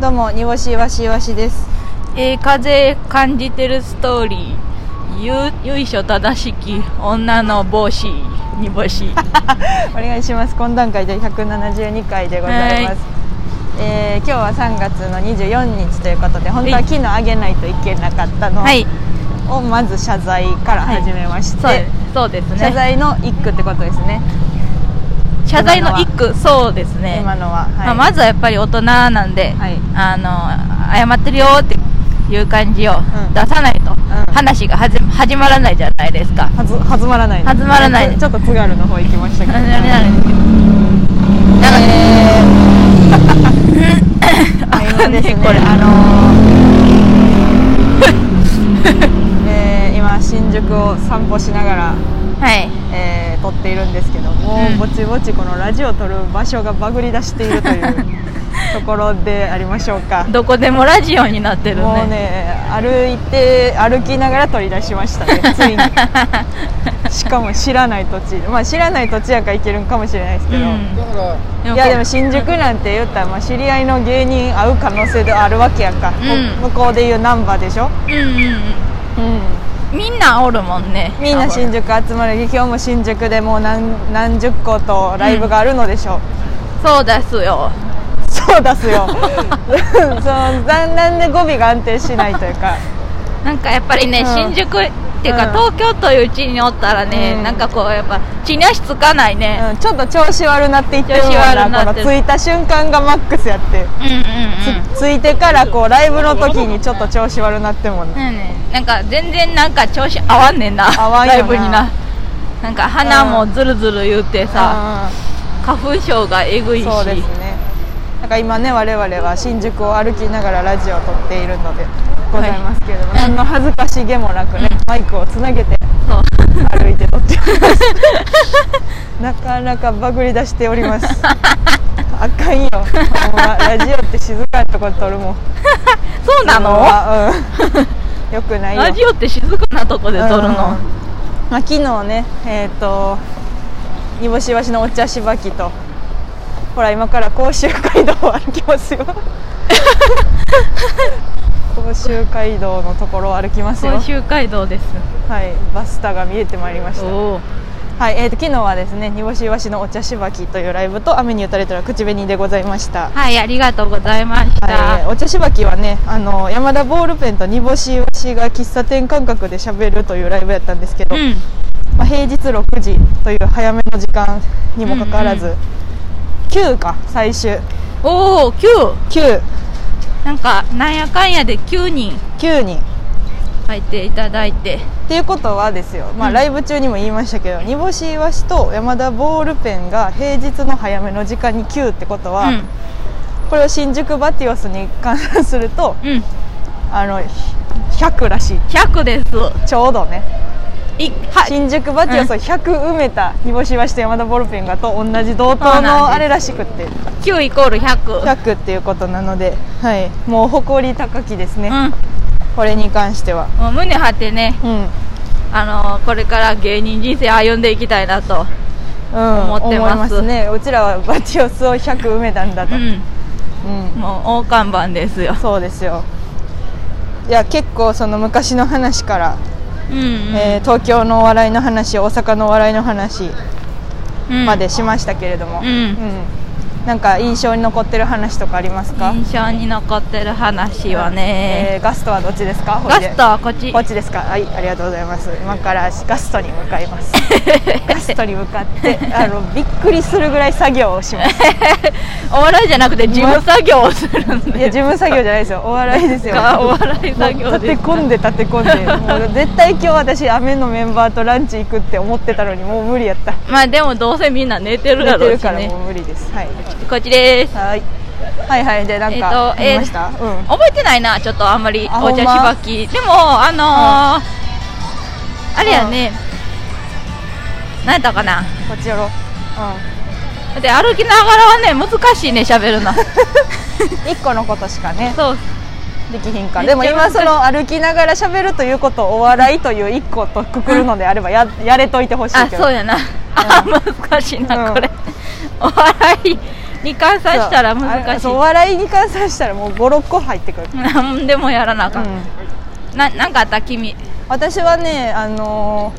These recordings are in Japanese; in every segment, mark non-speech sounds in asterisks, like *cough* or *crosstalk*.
どうも、にわしわしわしです。えー風感じてるストーリーゆ由緒正しき女の帽子煮 *laughs* 干しお願いします。懇談会第172回でございます。えー今日は3月の24日ということで、本当ははい昨日あげないといけなかったのはいを、まず謝罪から始めまして、そうそうですね謝罪の一句ってことですね。謝罪の一句そうですね、今のは、はいまあ、まずはやっぱり大人なんで、はいあの謝ってるよっていう感じをん出さないと、話がはじ始まらないじゃないですかはず弾まらないです弾まらないですちょっと津軽の方行きましたけどあれなんですけど *laughs* なんかあ今ですねこれあのー *laughs* えー今新宿を散歩しながら、はいえー撮っているんですけども、うんぼちぼちこのラジオ撮る場所がバグり出しているという *laughs* ところでありましょうかどこでもラジオになってるねもうね歩いて歩きながら取り出しましたねついに *laughs* しかも知らない土地まあ知らない土地やから行けるんかもしれないですけど、うんだからでいやでもこ新宿なんて言ったらまあ知り合いの芸人会う可能性であるわけやんか、んこ向こうで言うナンバーでしょ、ううんうんうんみんなおるもんねみんな新宿集まる今日も新宿でもう何何十個とライブがあるのでしょう、そうですよ *laughs* そうですよその残念で語尾が安定しないというかなんかやっぱりね、うん新宿っていうか、う東京という地におったらね、うんなんかこうやっぱ地に足つかないねうん、ちょっと調子悪なっていってるもん調子悪なこなっのて着るいた瞬間がマックスやって、うんうんうんつ着いてからこうライブの時にちょっと調子悪なってんもんな、なんやねなんか全然なんか調子合わんねんな合わんよなライブにななんか鼻もズルズル言うてさ、あ花粉症がえぐいしそうですねなんか今ね我々は新宿を歩きながらラジオを撮っているのでございますけれども、何の恥ずかしげもなくね、マイクをつなげてそう歩いて撮ってお *laughs* りますなかなかバグり出しておりますあかんよほんまラジオって静かなとこで撮るもんそうなの、あうんよくないよラジオって静かなとこで撮るの、うんまあ、昨日ねえっ、と煮干しわしのお茶しばきとほら今から甲州街道を歩きます *laughs* よ甲州街道のところを歩きますよ甲州街道ですはいバスタが見えてまいりましたおおはいえー、と昨日はですね煮干しわしのお茶しばきというライブと雨に打たれたら口紅でございましたはいありがとうございました、はい、お茶しばきはねあの山田ボールペンと煮干しわしが喫茶店感覚で喋るというライブやったんですけど、うんまあ、平日6時という早めの時間にもかかわらず、うん9か最終おお9 9なんかなんやかんやで9人9人入っていただいてっていうことはですよ、まあ、うんライブ中にも言いましたけど煮干しイワシと山田ボールペンが平日の早めの時間に9ってことは、うこれを新宿バティオスに換算する *laughs* とん、うん、あの100らしい100ですちょうどねいはい新宿バティオスを100埋めた煮干しイワシと山田ボールペンがと同じ同そ等うなんでのすあれらしくって9イコール100 100っていうことなので、はい、もう誇り高きですね、うんこれに関しては。もう胸張ってねうんあのーこれから芸人人生歩んでいきたいなとうん、思ってます思いますねうちらはバティオスを100埋めたんだと、ううんんもう大看板ですよそうですよいや結構その昔の話から、うんうんえー東京のお笑いの話大阪のお笑いの話うんまでしましたけれども、うんうんなんか印象に残ってる話とかありますか、印象に残ってる話はねえーガストはどっちですかガストはこっちこっちですかはいありがとうございます今からガストに向かい *laughs* ますガストに向かってあのびっくりするぐらい作業をしますお笑いじゃなくて事務作業をするいんやで事務作業じゃないですよお笑いですよがお笑い作業立でてす込んで立て込んでもう絶対今日私雨のメンバーとランチ行くって思ってたのにもう無理やったまあでもどうせみんな寝てる寝だてろるうしからねもう無理ですはいこっちですはいはいはいでなんえっかとありえました、ー覚えてないなちょっとあんまりあお茶しばきでもあのーあれやね何やったかなうんこっちやろうで歩きながらはね難しいね *laughs* 喋るのうん、1個のことしかねそうできひんかめっちでゃも今その歩きながら喋るということをお笑いという1個とくくるのであればややれといてほしいあけどそうやなあ難しいなこれお笑い二冠さしたらそうあ難しそうお笑いに換算したらもう56個入ってくる、いなんでもやらなあかん、うんななんかあった君私はねあの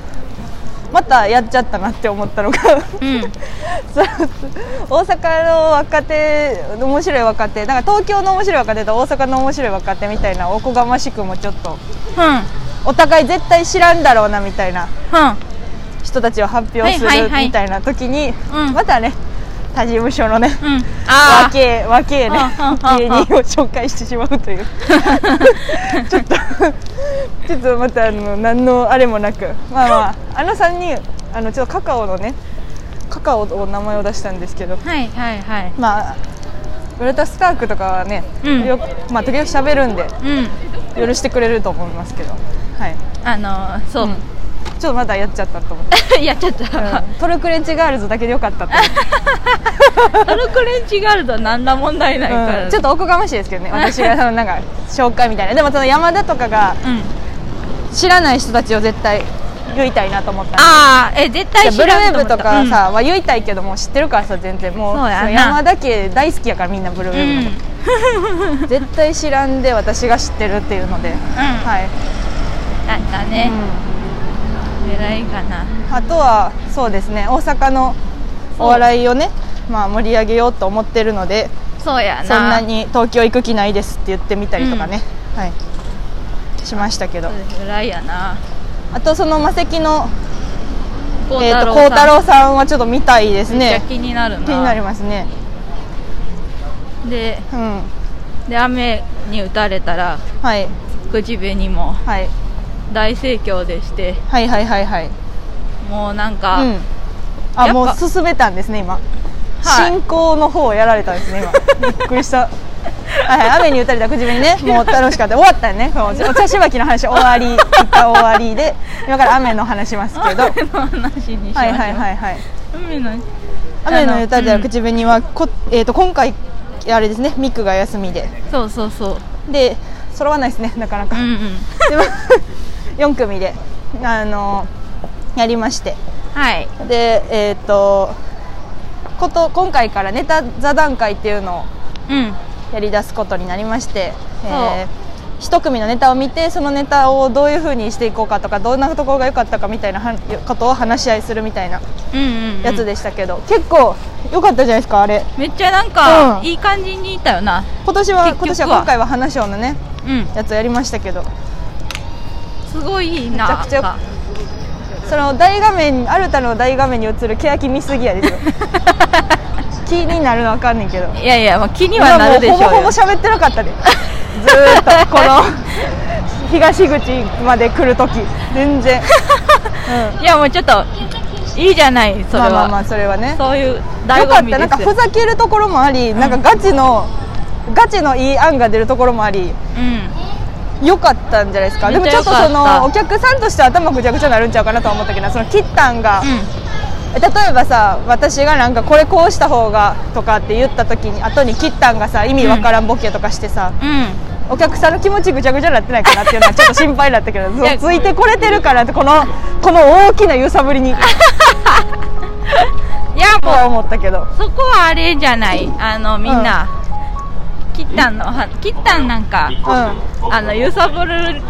ーまたやっちゃったなって思ったのが *laughs* うんそう大阪の若手面白い若手なんか東京の面白い若手と大阪の面白い若手みたいなおこがましくもちょっとうんお互い絶対知らんだろうなみたいなうん人たちを発表するはいはいはいみたいな時に、うんまたね他事務所のねうん和ああ系和系ねあああ芸人を紹介してしまうと *laughs* いうちょっとちょっとまたあの何のあれもなくまあまあ *laughs* あの3人あのちょっとカカオのねカカオの名前を出したんですけどはいはいはいまあブルタスタークとかはね、うんよくまあ時々喋るんでうん許してくれると思いますけどはいあのーそう、うんちょっとまだやっちゃったと思って、 *laughs* いやちょっと、うんトルクレンチガールズだけでよかったと思ってトルクレンチガールドは何ら問題ないから、うんちょっととおこがましいですけどね私がそのなんか紹介みたいなでもその山田とかがうん知らない人たちを絶対言いたいなと思ったああえ絶対でブ知ルらーウェんーと思ブったとかさ、は言いたいけどもう知ってるからさ全然もうそうやなその山田家大好きやからみんなブルーウうェん、ーブのこと、絶対知らんで私が知ってるっていうので、ははい、い、なんかね、偉いかなうんあとはそうですね大阪のお笑いをねまあ盛り上げようと思ってるのでそうやなそんなに東京行く気ないですって言ってみたりとかね、はいしましたけどそうです偉いやなあとその魔石の孝えーとさ孝ん太郎さんはちょっと見たいですめっねちゃ気になるな気になりますねでうんで雨に打たれたらはい口紅もはい大盛況でしてはいはいはいはいもうなんか、 *laughs* うんやっぱあもう進めたんですね今、はい進行の方をやられたんですね *laughs* 今びっくりしたはいはい雨に打たれたくじめにねもう楽しかった終わったよ *laughs* ねもうお茶しばきの話終わり一旦終わりで今から雨の話しますけ *laughs* どは雨の話にしましょういはいはいはい雨の雨の歌であはの口紅はこ、えー、と今回あれですねミクが休みでそうそうそうで揃わないですねなかなかうんうんでも4組であのやりましてはいでえっ、とこと今回からネタ座談会っていうのをうんやり出すことになりまして、えはあー一組のネタを見てそのネタをどういうふうにしていこうかとかどんなところが良かったかみたいなはことを話し合いするみたいなうんうんうんやつでしたけど、結構良かったじゃないですかあれめっちゃなんか、うんいい感じにいたよな今年は結今局は年は今回は花賞のねうんやつをやりましたけどすごいいいなめちゃくちゃよかその大画面アルタの大画面に映る欅見すぎや *laughs* ですよ気になるのわかんねんけどいやいや、まあ、気にはなるでしょう今もうほぼほぼよ喋ってなかっ *laughs* たでずーっとこの *laughs* 東口まで来るとき全 *laughs* 然、うん、いやもうちょっといいじゃないそれまは、あまあまあそれはねそういう醍よかった醐味でなんかすふざけるところもあり、なんかガチのガチのいい案が出るところもありうん良かったんじゃないですかでもめっちちょゃっ良とかったそのお客さんとしては頭ぐちゃぐちゃになるんちゃうかなとは思ったけどその切ったんが、例えばさ私がなんかこれこうした方がとかって言った時に後に切ったんがさ意味わからんボケとかしてさ、うんうんお客さんの気持ちぐちゃぐちゃになってないかなっていうのはちょっと心配だったけ *laughs* どそうやついてこれてるからってこのこの大きな揺さぶりにいやともは思ったけどうそこはあれじゃないあのみんな、キッタンのはキッタンなんかうんああの揺さぶる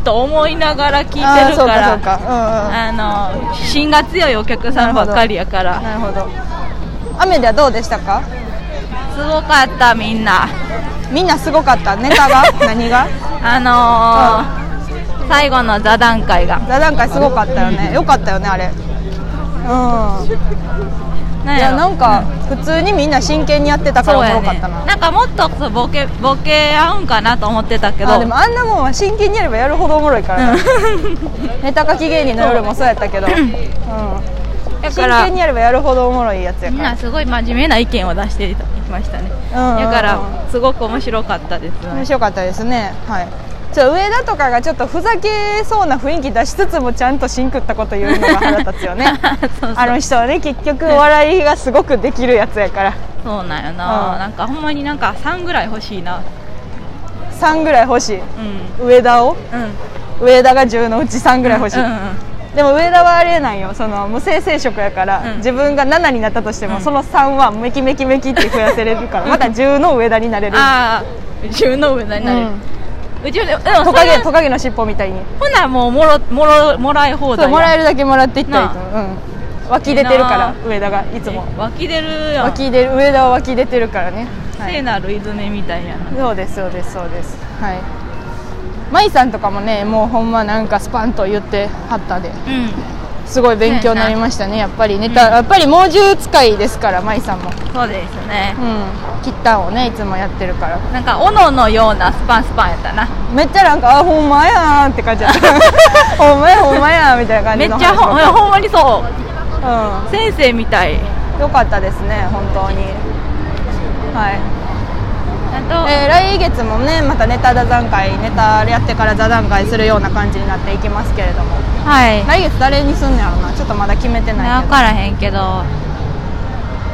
と思いながら聞いてるあーそうかからそうかあの芯が強いお客さんばっかりやかうんうんらなるほど雨ではどうでしたかすごかったみんなみんなすごかったネ *laughs* タが何があのー最後の座談会が座談会すごかったよねよかったよねあれうんなんいややろなんか普通にみんな真剣にやってたからそおうもやろかっねたな、なんかもっとそうボケボケ合うんかなと思ってたけどあでもあんなもんは真剣にやればやるほどおもろいから *laughs* なネタ書き芸人の夜もそうやったけど、うん、だか真ら剣にやればやるほどおもろいやつやみんからなすごい真面目な意見を出していたいましたねうんうんうんだからすごく面白かったです面白かったですねはいちょ上田とかがちょっとふざけそうな雰囲気出しつつもちゃんとシンクったこと言うのが腹立つよね *laughs* そうそあの人はね結局お笑いがすごくできるやつやからうそうなんやな、うんなんかほんまになんか3ぐらい欲しいな3ぐらい欲しいうん上田をうん上田が10のうち3ぐらい欲しい、うんうんででも上田はあれなんよその無性生殖やから、うん自分が7になったとしても、うんその3はメキメキメキって増やせれるからまた10の上田になれるああ宇宙の上田になれる、うん宇宙ででもトそカゲれトカゲの尻尾みたいにほなもうもろもろもらい放題そうやもらえるだけもらっていったりと、うん、湧き出てるからいい上田がいつも湧き出るやん湧き出る上田は湧き出てるからね、はい聖なる泉みたいやなそうですそうですそうですはい舞さんとかもねもうほんまなんかスパンと言ってはったでうんすごい勉強になりましたねやっぱりネタ、うんやっぱり猛獣使いですから舞さんもそうですねうん切ったをねいつもやってるからなんか斧のようなスパンスパンやったなめっちゃなんかあほんまやーんって感じだった *laughs* ほんまやほんまやーみたいな感めじっのちゃほんゃほんまにそう先生みたいうんよかったですね本当にはいあえー来月もねまたネタ座談会ネタやってから座談会するような感じになっていきますけれどもとはい来月誰にすんのやろなちょっとまだ決めてないけ分どからへんけどは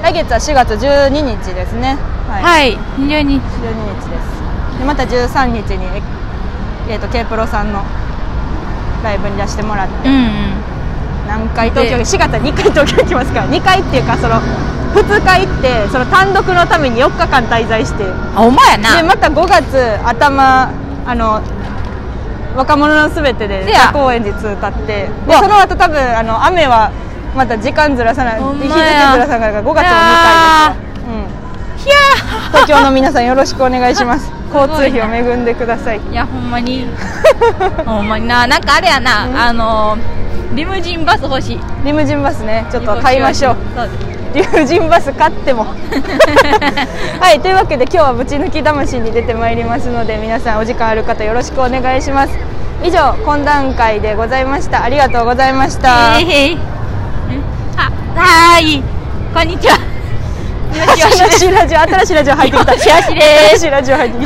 来月は4月12日ですねはい、い22 12日ですでまた13日にえっ、と K プロさんのライブに出してもらってうんうん何回東京で4月は2回東京行きますから2回っていうかその2日行ってその単独のために4日間滞在してあお前やでなまた5月頭あの若者のすべてでせや高円寺通過ってでうわその後多分あの雨はまた時間ずらさないほんま日や付ずらさないから5月を迎えですようんいや東京の皆さんよろしくお願いし *laughs* ます交通費を恵んでくださいーいやほん *laughs* まにほんまにななんかあれやな、うんあのーリムジンバス欲しいリムジンバスねちょっと買いましょうそうです *laughs* リムジンバス買ってもはいというわけで今日はぶち抜き魂に出てまいりますので皆さんお時間ある方よろしくお願いします以上懇談会でございましたありがとうございました、えー、あはーいこんにちはよしよし *laughs* 新しいラジオ新しいラジオ入ってきたよしよしで新すしいラジオ入ってきた